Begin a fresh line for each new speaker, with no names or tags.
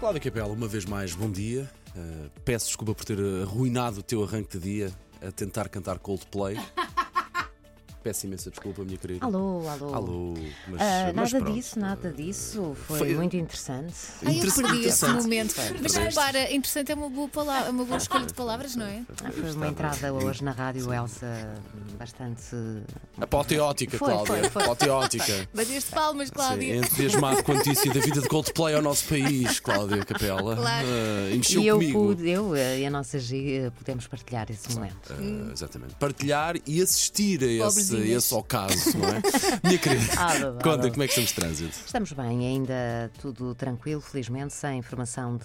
Cláudia Capela, uma vez mais, bom dia. Uh, peço desculpa por ter arruinado o teu arranque de dia a tentar cantar Coldplay. Peço imensa desculpa, minha querida.
Alô, alô.
Alô, mas,
Ah,
mas
nada
pronto.
disso, nada disso. Foi,
foi-
muito interessante.
Ai, eu perdi esse
Interessante.
momento. Mas
Perdeste.
repara, interessante é uma boa, palavra, uma boa escolha de palavras, não é?
Ah, Foi uma entrada hoje na rádio Elsa bastante.
Apoteótica,
Foi,
Cláudia.
foi, foi.
Apoteótica.
Bateste palmas,
Sim,
Cláudia.
entusiasmado com a notícia da vida de Coldplay ao nosso país, Cláudia Capela.
Claro.
Ah, e mexeu
e eu
comigo.
pude, eu eh, e a nossa G eh, pudemos partilhar esse momento.
Ah, exatamente. Partilhar e assistir a esse,
Pobrezinhas.
esse ocaso, não é? Minha querida,
Ah, babado.
conta como é que estamos de trânsito.
Estamos bem, ainda tudo tranquilo, felizmente, sem informação de